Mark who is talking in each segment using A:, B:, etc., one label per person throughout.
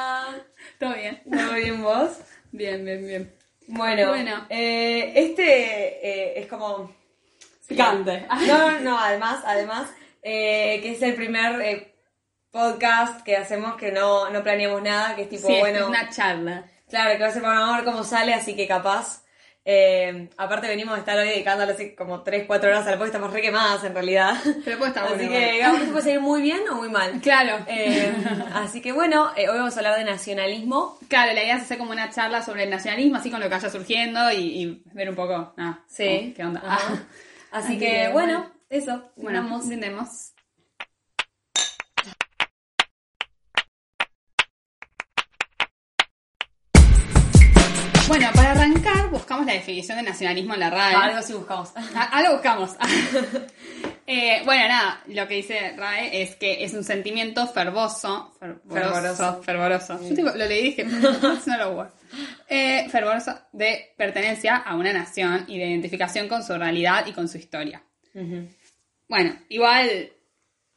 A: ¿Todo bien?
B: ¿Todo bien vos?
A: Bien, bien, bien.
B: Bueno,
A: Bueno.
B: eh, este eh, es como picante.
A: Ah,
B: No, no, además, además, eh, que es el primer eh, podcast que hacemos que no, no planeamos nada, que es tipo,
A: sí, es-
B: bueno,
A: es una charla.
B: claro, que va a ser vamos a ver cómo sale, así que capaz. eh, aparte venimos a estar hoy dedicándole así como 3, 4 horas al podcast, estamos re quemadas en realidad.
A: Pero puede estar
B: así
A: bueno,
B: que
A: bueno.
B: digamos, esto puede salir muy bien o muy mal.
A: ah, Claro.
B: Eh, así que bueno, eh, hoy vamos a hablar de nacionalismo.
A: Claro, la idea es hacer como una charla sobre el nacionalismo, así con lo que vaya surgiendo y, y ver un poco. Ah,
B: Sí.
A: ¿Qué onda?
B: Ajá.
A: Ah.
B: Así
A: Así
B: que,
A: que,
B: bueno,
A: bueno.
B: eso.
A: Bueno,
B: Bueno,
A: brindemos. Bueno, para arrancar, buscamos la definición de nacionalismo en la RAE.
B: algo sí buscamos.
A: Ah, ah, lo buscamos. Eh, bueno, nada, lo que dice Rae es que es un sentimiento fervoso.
B: Fervoroso.
A: Fervoroso. Fervoroso. Yo tipo, lo leí y dije, no lo hubo. Eh, fervoroso de pertenencia a una nación y de identificación con su realidad y con su historia. Bueno, igual.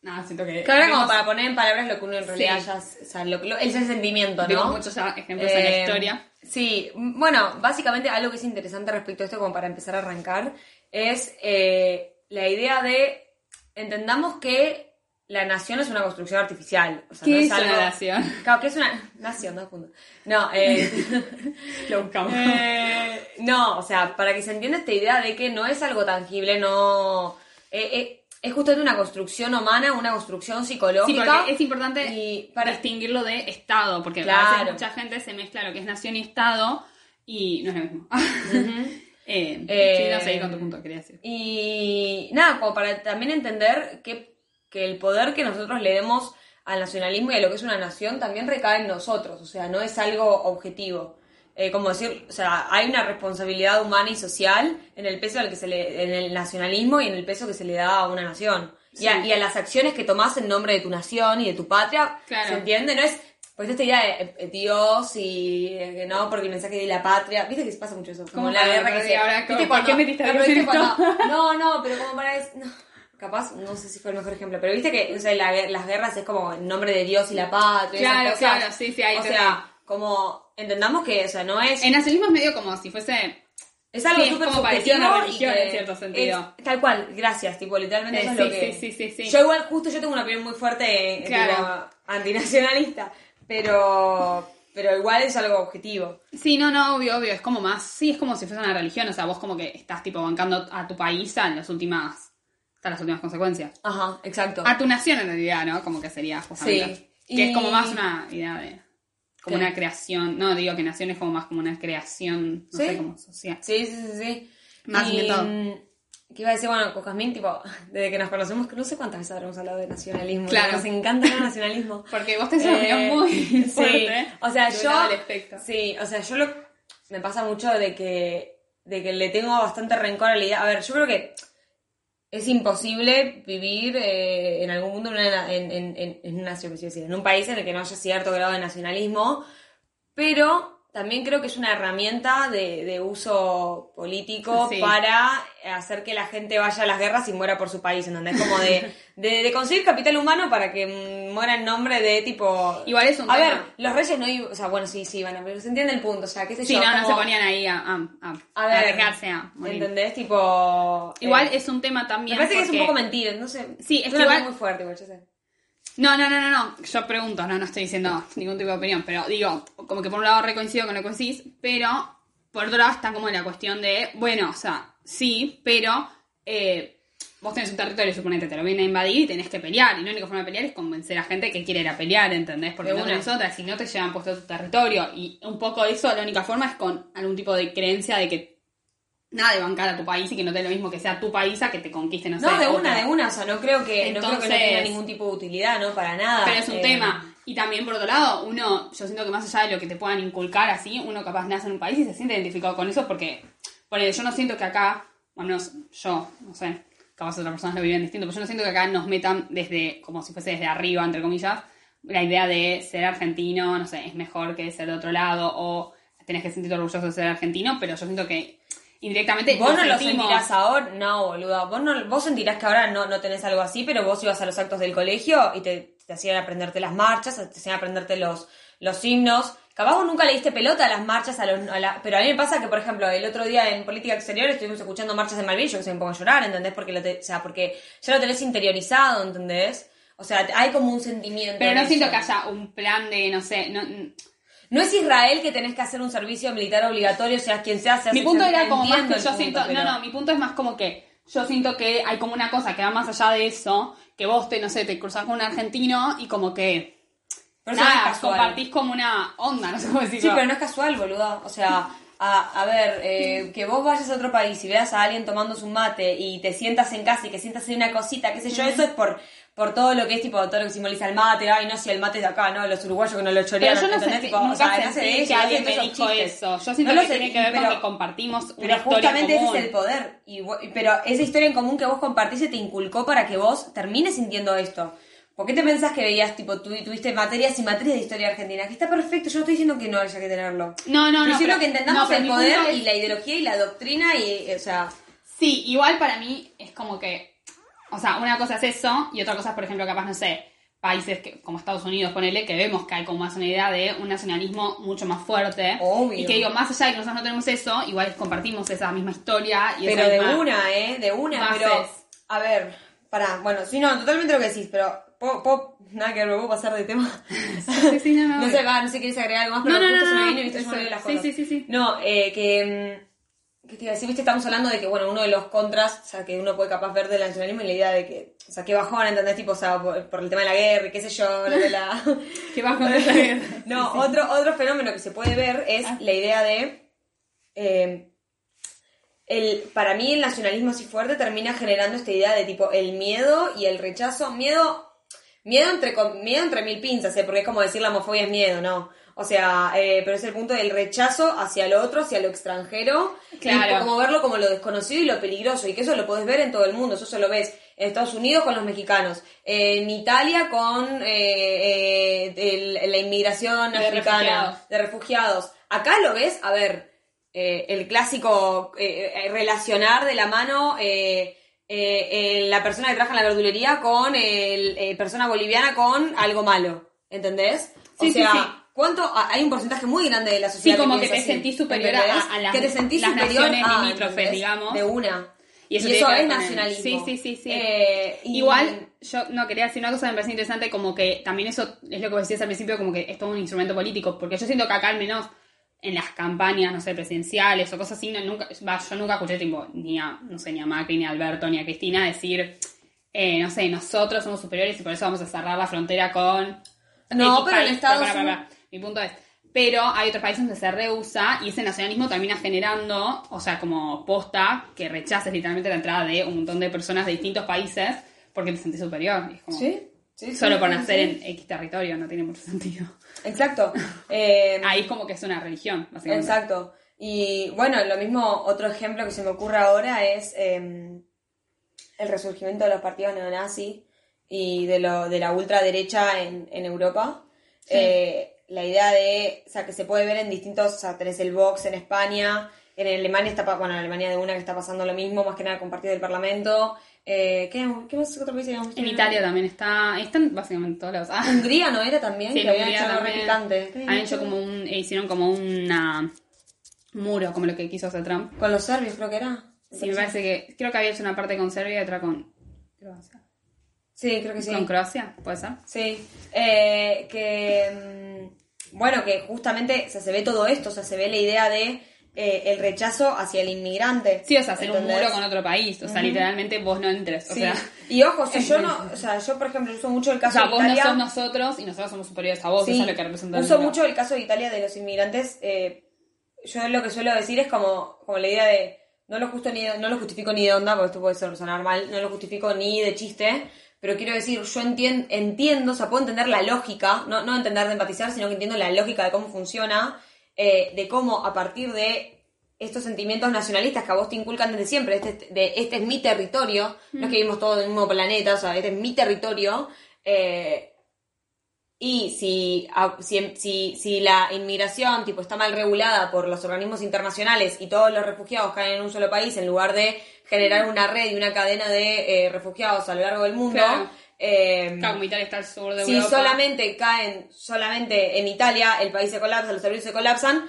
A: Nada, siento que.
B: Que ahora como
A: vimos-
B: para poner en palabras lo que uno en realidad
A: Sí.
B: ya... s- O sea, lo, lo- ese sentimiento,
A: vimos
B: ¿no?
A: muchos ya ejemplos en la
B: Eh,
A: historia.
B: Sí, m- bueno, básicamente algo que es interesante respecto a esto, como para empezar a arrancar, es eh, la idea de entendamos que la nación es una construcción artificial. O sea, no
A: ¿Qué
B: es
A: es
B: algo-
A: una nación?
B: Claro, que es una nación, dos puntos. No, eh,
A: Lo buscamos.
B: Eh, no, o sea, para que se entienda esta idea de que no es algo tangible, no. eh, eh, es justamente una construcción humana, una construcción
A: Sí,
B: psicológica.
A: porque es importante
B: y para-
A: distinguirlo de Estado, porque a
B: Claro.
A: veces mucha gente se mezcla lo que es nación y Estado y no es lo mismo. eh,
B: Eh,
A: sí, no sé, con tu punto quería decir.
B: Y nada, como para también entender que, que el poder que nosotros le demos al nacionalismo y a lo que es una nación también recae en nosotros, o sea, no es algo objetivo. Eh, como decir, o sea, hay una responsabilidad humana y social en el peso al que se le, en el nacionalismo y en el peso que se le da a una nación. Y, a,
A: Sí.
B: y a las acciones que tomás en nombre de tu nación y de tu patria,
A: Claro.
B: ¿se entiende? No es, pues esta idea de eh, Dios y eh, no, porque el mensaje de la patria, viste que pasa mucho eso, como
A: Como
B: en la
A: para
B: guerra
A: el
B: que
A: otro
B: se...
A: día, ahora,
B: ¿viste
A: como, ¿por
B: cuando-
A: qué metiste a
B: no, pero
A: Dios en
B: ¿viste
A: esto?
B: cuando- No, no, pero como para... es- no, capaz, no sé si fue el mejor ejemplo, pero viste que o sea, la guer- las guerras es como en nombre de Dios y la patria. esas
A: Claro,
B: cosas.
A: claro, sí, sí, ahí
B: O
A: te
B: sea, como entendamos que, o sea, no es...
A: En nacionalismo es medio como si fuese.
B: es algo
A: sí, es
B: súper
A: como parecido a
B: subjetivo
A: la
B: y
A: religión,
B: que
A: en cierto sentido.
B: es- tal cual, gracias, tipo, literalmente
A: Eh,
B: eso
A: sí,
B: es lo que...
A: sí, sí, sí, sí.
B: Yo igual, justo yo tengo una opinión muy fuerte, eh,
A: Claro.
B: tipo, antinacionalista, pero... Pero igual es algo objetivo.
A: Sí, no, no, obvio, obvio. Es como más. Sí, es como si fuese una religión. O sea, vos como que estás tipo bancando a tu país en las últimas. Hasta las últimas consecuencias.
B: Ajá, exacto.
A: A tu nación en realidad, ¿no? Como que sería justamente.
B: Sí.
A: Que
B: Y-
A: es como más una idea de. Como
B: ¿Qué?
A: una creación. No, digo que nación es como más como una creación. No
B: Sí.
A: sé, como social.
B: Sí, sí, sí, sí.
A: Más
B: y,
A: que todo.
B: mm, Que iba a decir, bueno, con Jazmín, tipo, desde que nos conocemos, que no sé cuántas veces habremos hablado de nacionalismo.
A: Claro.
B: Nos encanta el nacionalismo.
A: Porque vos tenés una opinión
B: Eh,
A: muy
B: sí.
A: fuerte.
B: O sea,
A: de un
B: yo.
A: lado del espectro.
B: Sí, o sea, yo lo. Me pasa mucho de que. De que le tengo bastante rencor a la idea. A ver, yo creo que. Es imposible vivir eh, en algún mundo en, una- en, en- en- en una nación, quiero decir, en un país en el que no haya cierto grado de nacionalismo, pero también creo que es una herramienta de, de uso político
A: Sí.
B: para hacer que la gente vaya a las guerras y muera por su país, ¿entendés? como de, de, de conseguir capital humano para que mm, muera en nombre de tipo...
A: Igual es un
B: A
A: tema.
B: ver, los reyes no iban... O sea, bueno, sí, sí, iban a... Pero se entiende el punto, o sea, qué sé
A: Sí,
B: yo,
A: no, no
B: como-
A: se ponían ahí a, a, a,
B: A
A: a
B: ver,
A: arriesgarse a morir.
B: ¿Entendés? Tipo...
A: Igual
B: eh,
A: es un tema
B: Me
A: también.
B: parece que es un
A: porque-
B: poco mentira, no sé.
A: Sí, es que
B: Es una
A: igual-
B: opinión muy fuerte, igual, yo sé.
A: No, no, no, no, no. Yo pregunto, no, no estoy diciendo ningún tipo de opinión, pero digo, como que por un lado recoincido con lo que decís, pero por otro lado está como la cuestión de, bueno, o sea, sí, pero eh, vos tenés un territorio, suponete, te lo vienen a invadir y tenés que pelear, y la única forma de pelear es convencer a gente que quiere ir a pelear, ¿entendés? Porque
B: De
A: no
B: una.
A: tenés otra, si no te llevan puesto a tu territorio, y un poco eso, la única forma es con algún tipo de creencia de que nada de bancar a tu país y que no te dé lo mismo que sea tu país a que te conquisten, no, sé,
B: No, de
A: otro.
B: una, de una, o sea, no creo que, no creo que no tenga
A: Entonces-
B: ningún tipo de utilidad, ¿no? Para nada.
A: Pero es un
B: Eh,
A: tema. Y también, por otro lado, uno, yo siento que más allá de lo que te puedan inculcar así, uno capaz nace en un país y se siente identificado con eso porque, bueno, yo no siento que acá, al menos yo, no sé, capaz otras personas lo viven distinto, pero yo no siento que acá nos metan desde, como si fuese desde arriba, entre comillas, la idea de ser argentino, no sé, es mejor que ser de otro lado o tenés que sentirte orgulloso de ser argentino, pero yo siento que indirectamente
B: Vos no
A: nos
B: lo
A: sentimos-
B: sentirás ahora, no, boluda. Vos, no, vos sentirás que ahora no, no tenés algo así, pero vos ibas a los actos del colegio y te, te hacían aprenderte las marchas, te hacían aprenderte los, los himnos. Capaz vos nunca le diste pelota a las marchas, a los, a la- pero a mí me pasa que, por ejemplo, el otro día en Política Exterior estuvimos escuchando marchas de Malvin, yo que se me pongo a llorar, ¿entendés? Porque, lo te- o sea, porque ya lo tenés interiorizado, ¿entendés? O sea, hay como un sentimiento.
A: Pero
B: en
A: no
B: eso.
A: siento que haya un plan de, no sé, no- n-
B: No es Israel que tenés que hacer un servicio militar obligatorio, seas quien seas. seas
A: mi punto
B: extranjero.
A: era como más
B: Entiendo
A: que
B: el
A: yo
B: punto,
A: siento,
B: pero-
A: no, no, mi punto es más como que yo siento que hay como una cosa que va más allá de eso, que vos te, no sé, te cruzás con un argentino y como que,
B: Pero eso no es
A: nada,
B: casual.
A: compartís como una onda, no sé cómo decirlo.
B: Sí, pero no es casual, boluda. O sea, a, a ver, eh, que vos vayas a otro país y veas a alguien tomando su mate y te sientas en casa y que sientas en una cosita, qué sé yo, eso es por por todo lo que es tipo todo lo que simboliza el mate, ay no si el mate es de acá, no, los uruguayos que no lo chorean,
A: Pero yo no
B: ¿entendés?
A: sé,
B: Tipo, ah,
A: nunca
B: o sea, nace de
A: sentí
B: ellos,
A: que
B: nace
A: alguien
B: de
A: me
B: esos
A: dijo
B: chistes.
A: eso. Yo siento
B: No
A: que
B: lo sé,
A: tiene que ver
B: pero-
A: con que compartimos una
B: pero
A: historia
B: justamente
A: común.
B: ese es el poder. Y, vo- y- pero esa historia en común que vos compartís se te inculcó para que vos termines sintiendo esto. ¿Por qué te pensás que veías, tipo, tu- tuviste materias y materias de historia argentina? Que está perfecto, yo no estoy diciendo que no haya que tenerlo.
A: No, no,
B: Pero
A: no,
B: yo creo
A: pero-
B: que entendamos
A: no, pero
B: el
A: mi
B: poder
A: punto es-
B: y la ideología y la doctrina y, eh, o sea...
A: Sí, igual para mí es como que, o sea, una cosa es eso y otra cosa es, por ejemplo, capaz, no sé, países que, como Estados Unidos, ponele, que vemos que hay como más una idea de un nacionalismo mucho más fuerte.
B: Obvio.
A: Y que digo, más allá de que nosotros no tenemos eso, igual compartimos esa misma historia y esa
B: Pero de
A: misma-
B: una, ¿eh? De una,
A: bases.
B: pero... A ver, pará. Bueno, sí, no, totalmente lo que decís, pero... ¿Puedo, puedo- nada que ver, me puedo pasar de tema.
A: sí, sí, no, no,
B: no
A: voy.
B: sé, va, no sé si quieres agregar algo más, pero
A: No, no,
B: justo
A: no,
B: se me
A: no,
B: vino y viste, yo
A: eso,
B: me olvidé las
A: sí,
B: cosas.
A: sí, sí, sí.
B: No, eh, que... mm, ¿Qué te iba a decir? Viste, estamos hablando de que, bueno, uno de los contras, o sea, que uno puede capaz ver del nacionalismo y la idea de que, o sea, que bajón, ¿entendés? Tipo, o sea, por, por el tema de la guerra y qué sé yo, la, la, la.
A: Que vas con esa guerra. Ah.
B: No, otro, otro fenómeno que se puede ver es la idea de. eh, el, para mí, el nacionalismo así fuerte termina generando esta idea de tipo el miedo y el rechazo. Miedo. Miedo entre, com- miedo entre mil pinzas, ¿eh? porque es como decir la homofobia es miedo, ¿no? O sea, eh, pero es el punto del rechazo hacia lo otro, hacia lo extranjero.
A: Claro.
B: Y como verlo como lo desconocido y lo peligroso. Y que eso lo podés ver en todo el mundo. Eso se lo ves en Estados Unidos con los mexicanos. En Italia con eh, eh, el- la inmigración
A: De
B: africana.
A: refugiados.
B: De refugiados. Acá lo ves, a ver, eh, el clásico eh, eh, relacionar de la mano... eh, eh, eh, la persona que trabaja en la verdulería con el eh, persona boliviana con algo malo, ¿entendés? O
A: Sí, sí,
B: sea,
A: sí.
B: ¿cuánto? a- Hay un porcentaje muy grande de la sociedad
A: Sí, como
B: piensa
A: que te
B: así,
A: sentís superior a-
B: ¿entendés?
A: a las-
B: que te sentís
A: las
B: superior
A: naciones
B: a,
A: limítrofes,
B: ¿entendés?
A: digamos.
B: De una.
A: Y eso tiene que
B: es
A: ver con el-
B: nacionalismo.
A: Sí, sí, sí, sí.
B: Eh, y-
A: Igual, yo no quería decir una cosa que me parece interesante, como que también eso es lo que vos decías al principio, como que es todo un instrumento político, porque yo siento que acá al menos en las campañas, no sé, presidenciales o cosas así, no, nunca, va, yo nunca escuché tipo, ni a, no sé, ni a Macri, ni a Alberto, ni a Cristina decir, eh, no sé, nosotros somos superiores y por eso vamos a cerrar la frontera con...
B: No,
A: X
B: pero en
A: país".
B: Estados
A: pará, pará,
B: Unidos-
A: pará. Mi punto es, pero hay otros países donde se rehúsa y ese nacionalismo termina generando, o sea, como posta que rechaces literalmente la entrada de un montón de personas de distintos países porque te sentís superior. Y es como,
B: Sí, sí, sí,
A: Solo por
B: sí,
A: nacer
B: sí.
A: en X territorio no tiene mucho sentido.
B: Exacto. Eh,
A: Ahí es como que es una religión, básicamente.
B: Exacto. Y bueno, lo mismo, otro ejemplo que se me ocurre ahora es eh, el resurgimiento de los partidos neonazis y de, lo, de la ultraderecha en, en Europa. Eh, la idea de, o sea, que se puede ver en distintos, o sea, tenés el Vox en España, en Alemania está, pa- bueno, en Alemania de una que está pasando lo mismo, más que nada con partido del Parlamento. Eh, ¿qué, ¿Qué más otro país habíamos
A: En
B: tenido?
A: Italia también está, están básicamente en todos lados. Ah,
B: Hungría no era también,
A: sí,
B: que
A: en
B: habían
A: Hungría
B: hecho algo re
A: también.
B: picante. ¿Qué
A: Han hecho como un, e hicieron como una muro, como lo que quiso hacer Trump.
B: Con los serbios creo que era.
A: Sí, me parece que, creo que había hecho una parte con Serbia y otra con Croacia.
B: Sí, creo que sí.
A: ¿Con Croacia? ¿Puede ser?
B: Sí, eh, que mm, bueno, que justamente o sea, se ve todo esto, o sea, se ve la idea de eh, el rechazo hacia el inmigrante.
A: Sí, o sea, hacer un
B: ¿entendés?
A: muro con otro país. O sea, literalmente vos no entres. O
B: Sí.
A: sea,
B: y ojo, si yo no, o sea, yo por ejemplo uso mucho el
A: o
B: caso
A: sea,
B: de
A: vos
B: Italia.
A: no sos nosotros y nosotros somos superiores a vos.
B: Sí,
A: Eso es lo que representa el
B: uso
A: muro.
B: mucho el caso de Italia de los inmigrantes. eh, yo lo que suelo decir es como, como la idea de no lo, justo ni de- no lo justifico ni de onda, porque esto puede ser- sonar mal, no lo justifico ni de chiste, Pero quiero decir, yo entien- entiendo, o sea, puedo entender la lógica, no, no entender de empatizar, sino que entiendo la lógica de cómo funciona, eh, de cómo a partir de estos sentimientos nacionalistas que a vos te inculcan desde siempre, este, de este es mi territorio, no es que vivimos todos en el mismo planeta, o sea, este es mi territorio, eh, y si, a- si, em, si, si la inmigración tipo, está mal regulada por los organismos internacionales y todos los refugiados caen en un solo país en lugar de generar una red y una cadena de eh, refugiados a lo largo del mundo,
A: Claro.
B: eh,
A: Claro, como Italia está al sur de
B: si
A: Europa.
B: solamente caen solamente en Italia, el país se colapsa, los servicios se colapsan,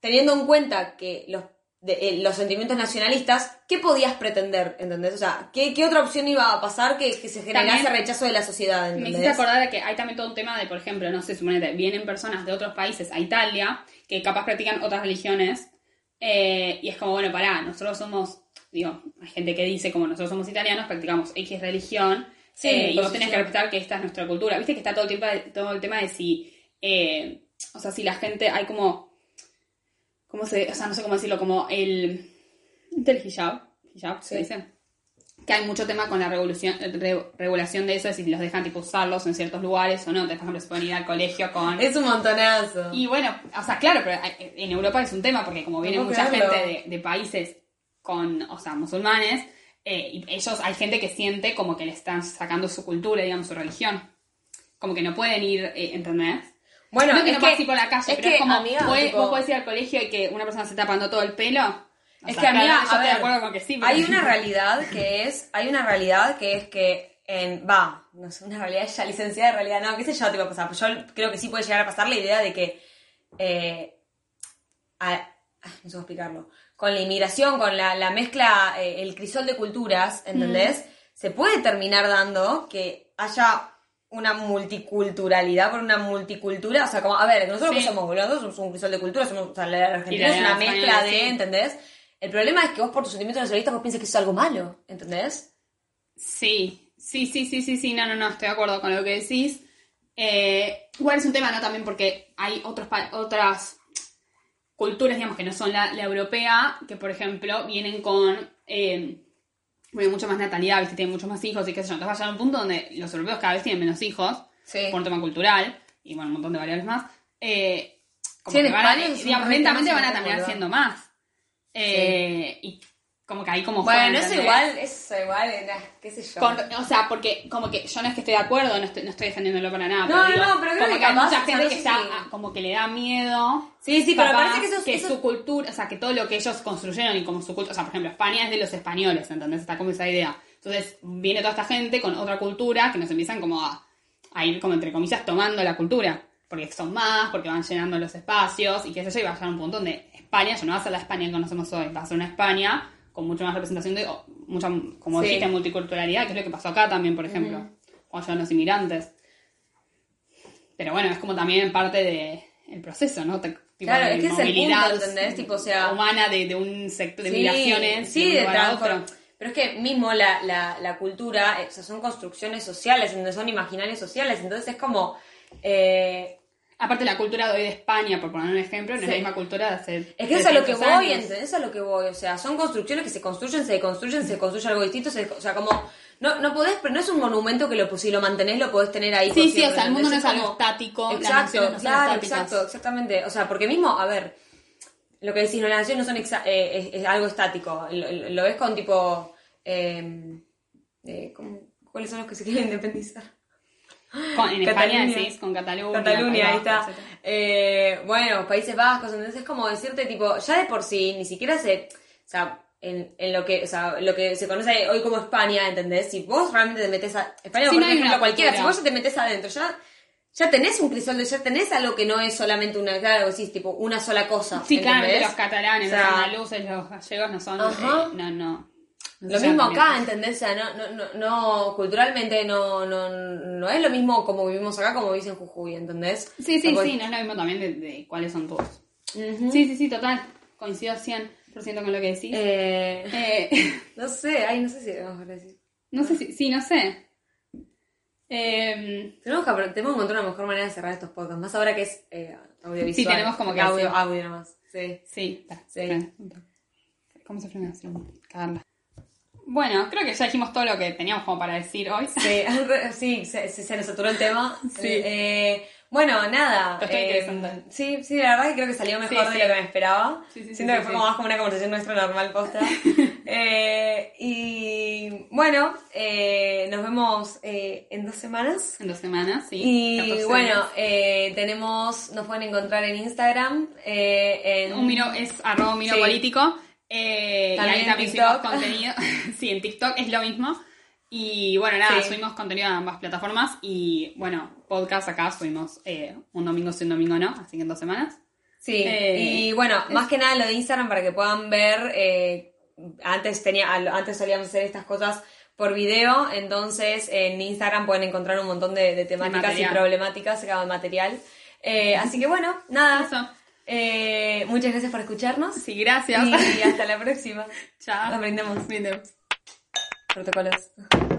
B: teniendo en cuenta que los, de- eh, los sentimientos nacionalistas, ¿qué podías pretender? ¿Entendés? O sea, ¿qué, qué otra opción iba a pasar que, que se generase
A: También-
B: rechazo de la sociedad?
A: Me
B: ¿entendés?
A: hiciste acordar de que hay también todo un tema de, por ejemplo, no sé, suponete, vienen personas de otros países a Italia que capaz practican otras religiones eh, y es como, bueno, pará, nosotros somos, digo, hay gente que dice como nosotros somos italianos, practicamos X religión
B: Sí,
A: eh, y
B: pues
A: vos
B: sí,
A: tenés
B: sí.
A: que respetar que esta es nuestra cultura. Viste que está todo el, tiempo, todo el tema de si, eh, o sea, si la gente, hay como, ¿cómo se, o sea, no sé cómo decirlo, como el, del hijab, hijab, se
B: Sí.
A: dice que hay mucho tema con la revolución, re- regulación de eso, de si los dejan tipo usarlos en ciertos lugares o no. Por ejemplo, se pueden ir al colegio con...
B: Es un montonazo.
A: Y bueno, o sea, claro, pero hay- en Europa es un tema porque como viene
B: puedo
A: mucha
B: creerlo.
A: gente de, de países con, o sea, musulmanes, eh, y ellos, hay gente que siente como que le están sacando su cultura, digamos, su religión. Como que no pueden ir, eh, ¿entendés?
B: Bueno,
A: no que
B: es
A: no
B: que-
A: puedes ir por la calle,
B: es
A: pero
B: que,
A: es como,
B: amiga,
A: puede-
B: tipo-
A: vos podés ir al colegio y que una persona se está tapando todo el pelo. O
B: Es
A: sea,
B: que
A: claro,
B: amiga,
A: yo
B: a
A: estoy de
B: ver,
A: acuerdo con que sí. pero-
B: hay una realidad que es, hay una realidad que es que en, va, no sé, una realidad ya licenciada de realidad, no, qué sé yo, te va a pasar, pero yo creo que sí puede llegar a pasar la idea de que, eh, a- ah, no sé cómo explicarlo, con la inmigración, con la, la mezcla, eh, el crisol de culturas, ¿entendés?
A: Mm.
B: Se puede terminar dando que haya una multiculturalidad por una multicultura, o sea, como, a ver, nosotros
A: Sí.
B: que somos, boludo, nosotros somos un crisol de culturas, somos, o sea, la Argentina
A: Y la
B: es una
A: española,
B: mezcla de,
A: sí.
B: ¿entendés? El problema es que vos por tus sentimientos nacionalistas vos piensas que eso es algo malo, ¿entendés?
A: Sí, sí, sí, sí, sí, sí, no, no, no, estoy de acuerdo con lo que decís. Eh, igual es un tema, ¿no? También porque hay otros pa- otras culturas, digamos, que no son la, la europea, que por ejemplo vienen con eh, bueno, mucha más natalidad, ¿viste? tienen muchos más hijos y qué sé yo. Entonces va a llegar un punto donde los europeos cada vez tienen menos hijos,
B: Sí.
A: por un tema cultural y bueno, un montón de variables más. Eh, como
B: Sí, en
A: que van a-
B: España es un
A: digamos,
B: re
A: lentamente
B: tema,
A: van a
B: sí,
A: terminar
B: boludo.
A: siendo más. Eh, Y como que ahí como juegan,
B: Bueno, eso
A: ¿entendés?
B: igual, eso igual, era, qué sé yo.
A: Con- o sea, porque como que yo no es que esté de acuerdo, no estoy, no estoy defendiéndolo para nada.
B: No, no, pero creo
A: como
B: que
A: hay
B: capaz,
A: mucha
B: o sea,
A: gente
B: no
A: que
B: sé
A: está
B: si-
A: ah, como que le da miedo.
B: Sí, sí, pero
A: capaz,
B: parece que eso es- eso-
A: su cultura, o sea, que todo lo que ellos construyeron y como su cultura, o sea, por ejemplo, España es de los españoles, ¿entendés? Está como esa idea. Entonces, viene toda esta gente con otra cultura que nos empiezan como a, a ir como entre comillas tomando la cultura, porque son más, porque van llenando los espacios y qué sé yo, y va a llegar un punto donde España, ya no va a ser la España que conocemos hoy, va a ser una España con mucha más representación de, o mucha, como
B: Sí.
A: dijiste, multiculturalidad, que es lo que pasó acá también, por ejemplo, cuando llegan los inmigrantes. Pero bueno, es como también parte de el proceso, ¿no? Te- tipo
B: Claro,
A: de
B: es que es el
A: movilidad
B: punto, ¿entendés? Tipo, o sea-
A: humana de, de un sector de
B: Sí,
A: migraciones
B: sí,
A: de
B: de
A: un lugar a
B: transform-
A: otro.
B: Pero es que mismo la, la, la cultura, eh, o sea, son construcciones sociales, entonces son imaginarios sociales, entonces es como... eh,
A: Aparte la cultura de hoy de España, por poner un ejemplo, no es
B: Sí.
A: la misma cultura de hace
B: Es que eso es a lo que
A: 300 años.
B: voy, ¿entendés? Eso es a lo que voy. O sea, son construcciones que se construyen, se construyen, se construye algo distinto. se- o sea, como. No, no podés, pero no es un monumento que lo, pues, si lo mantenés lo podés tener ahí.
A: Sí,
B: por
A: sí,
B: siempre,
A: o sea, el mundo
B: ¿entendés?
A: no es algo estático, las
B: Exacto,
A: naciones no son
B: claro,
A: estáticas.
B: exacto, exactamente. O sea, porque mismo, a ver, lo que decís, no, las naciones no son exa- eh, es, es algo estático. Lo, lo- lo ves con tipo. eh, eh, ¿cómo- ¿Cuáles son los que se quieren independizar?
A: Con- en España
B: Cataluña.
A: decís con Cataluña.
B: Cataluña, ahí
A: País Vasco,
B: está.
A: etcétera.
B: Eh, bueno, Países Vascos, entonces es como decirte, tipo, ya de por sí, ni siquiera se. O sea, en, en lo que o sea, lo que se conoce hoy como España, ¿entendés? Si vos realmente te metes a.
A: Sí,
B: España, por
A: no hay
B: ejemplo,
A: una
B: cualquiera, si
A: cultura.
B: vos ya te metes adentro, ya. Ya tenés un crisol, de- ya tenés algo que no es solamente una, claro, decís, tipo, una sola cosa.
A: Sí,
B: ¿entendés?
A: claramente los catalanes,
B: O sea,
A: los andaluces, los gallegos no son...
B: Ajá.
A: eh, no, no. No
B: Lo
A: se
B: mismo
A: llevan
B: acá, ¿entendés? O sea, no, no, no, no- culturalmente no, no, no es lo mismo como vivimos acá, como vivís en Jujuy, ¿entendés?
A: bien. Sí,
B: O
A: sí,
B: sea,
A: sí, no es lo mismo también de, de cuáles son todos.
B: Ujú.
A: Sí, sí, sí, total. Coincido 100% con lo que decís.
B: Eh,
A: Eh,
B: No sé, ay, no sé si vamos a decir.
A: no sé si... Sí, no sé. Eh,
B: Tenemos que, apre- tenemos que encontrar una mejor manera de cerrar estos podcasts, más ahora que es eh, audiovisual.
A: Sí, tenemos como que
B: audio,
A: decir.
B: audio nomás. Sí.
A: sí, está,
B: Sí.
A: frena. ¿Cómo se frena? Sí, cagarla. Bueno, creo que ya dijimos todo lo que teníamos como para decir hoy.
B: Sí, sí, se, se- se nos saturó el tema.
A: Sí.
B: Eh, bueno, nada.
A: Pero está
B: eh,
A: interesante.
B: sí, sí, la verdad es que creo que salió mejor
A: Sí,
B: de
A: sí.
B: lo que me esperaba.
A: Sí, sí, sí,
B: Siento
A: sí,
B: que fue
A: sí.
B: como más como una conversación nuestra normal posta. Eh, y bueno, eh, nos vemos eh, en dos semanas.
A: En dos semanas, sí.
B: Y
A: 14
B: bueno,
A: días.
B: eh, tenemos, nos pueden encontrar en Instagram, eh, en
A: Un miro es arroba un miro
B: Sí.
A: político. Eh,
B: También
A: y ahí
B: en
A: también
B: TikTok.
A: subimos contenido. sí, en TikTok es lo mismo. Y bueno, nada,
B: Sí.
A: subimos contenido a ambas plataformas. Y bueno, podcast acá subimos eh, un domingo sí, un domingo no, así que en dos semanas.
B: Sí,
A: Eh,
B: y bueno, más que nada lo de Instagram para que puedan ver, eh, antes, tenía, al- antes solíamos hacer estas cosas por video, entonces en Instagram pueden encontrar un montón de, de temáticas y
A: material.
B: problemáticas, acá de material. Eh, así que bueno,
A: Eso.
B: nada, Eh, muchas gracias por escucharnos
A: Sí, gracias.
B: y hasta la próxima.
A: Chao.
B: Nos brindemos.
A: Brindemos.
B: Protocolos.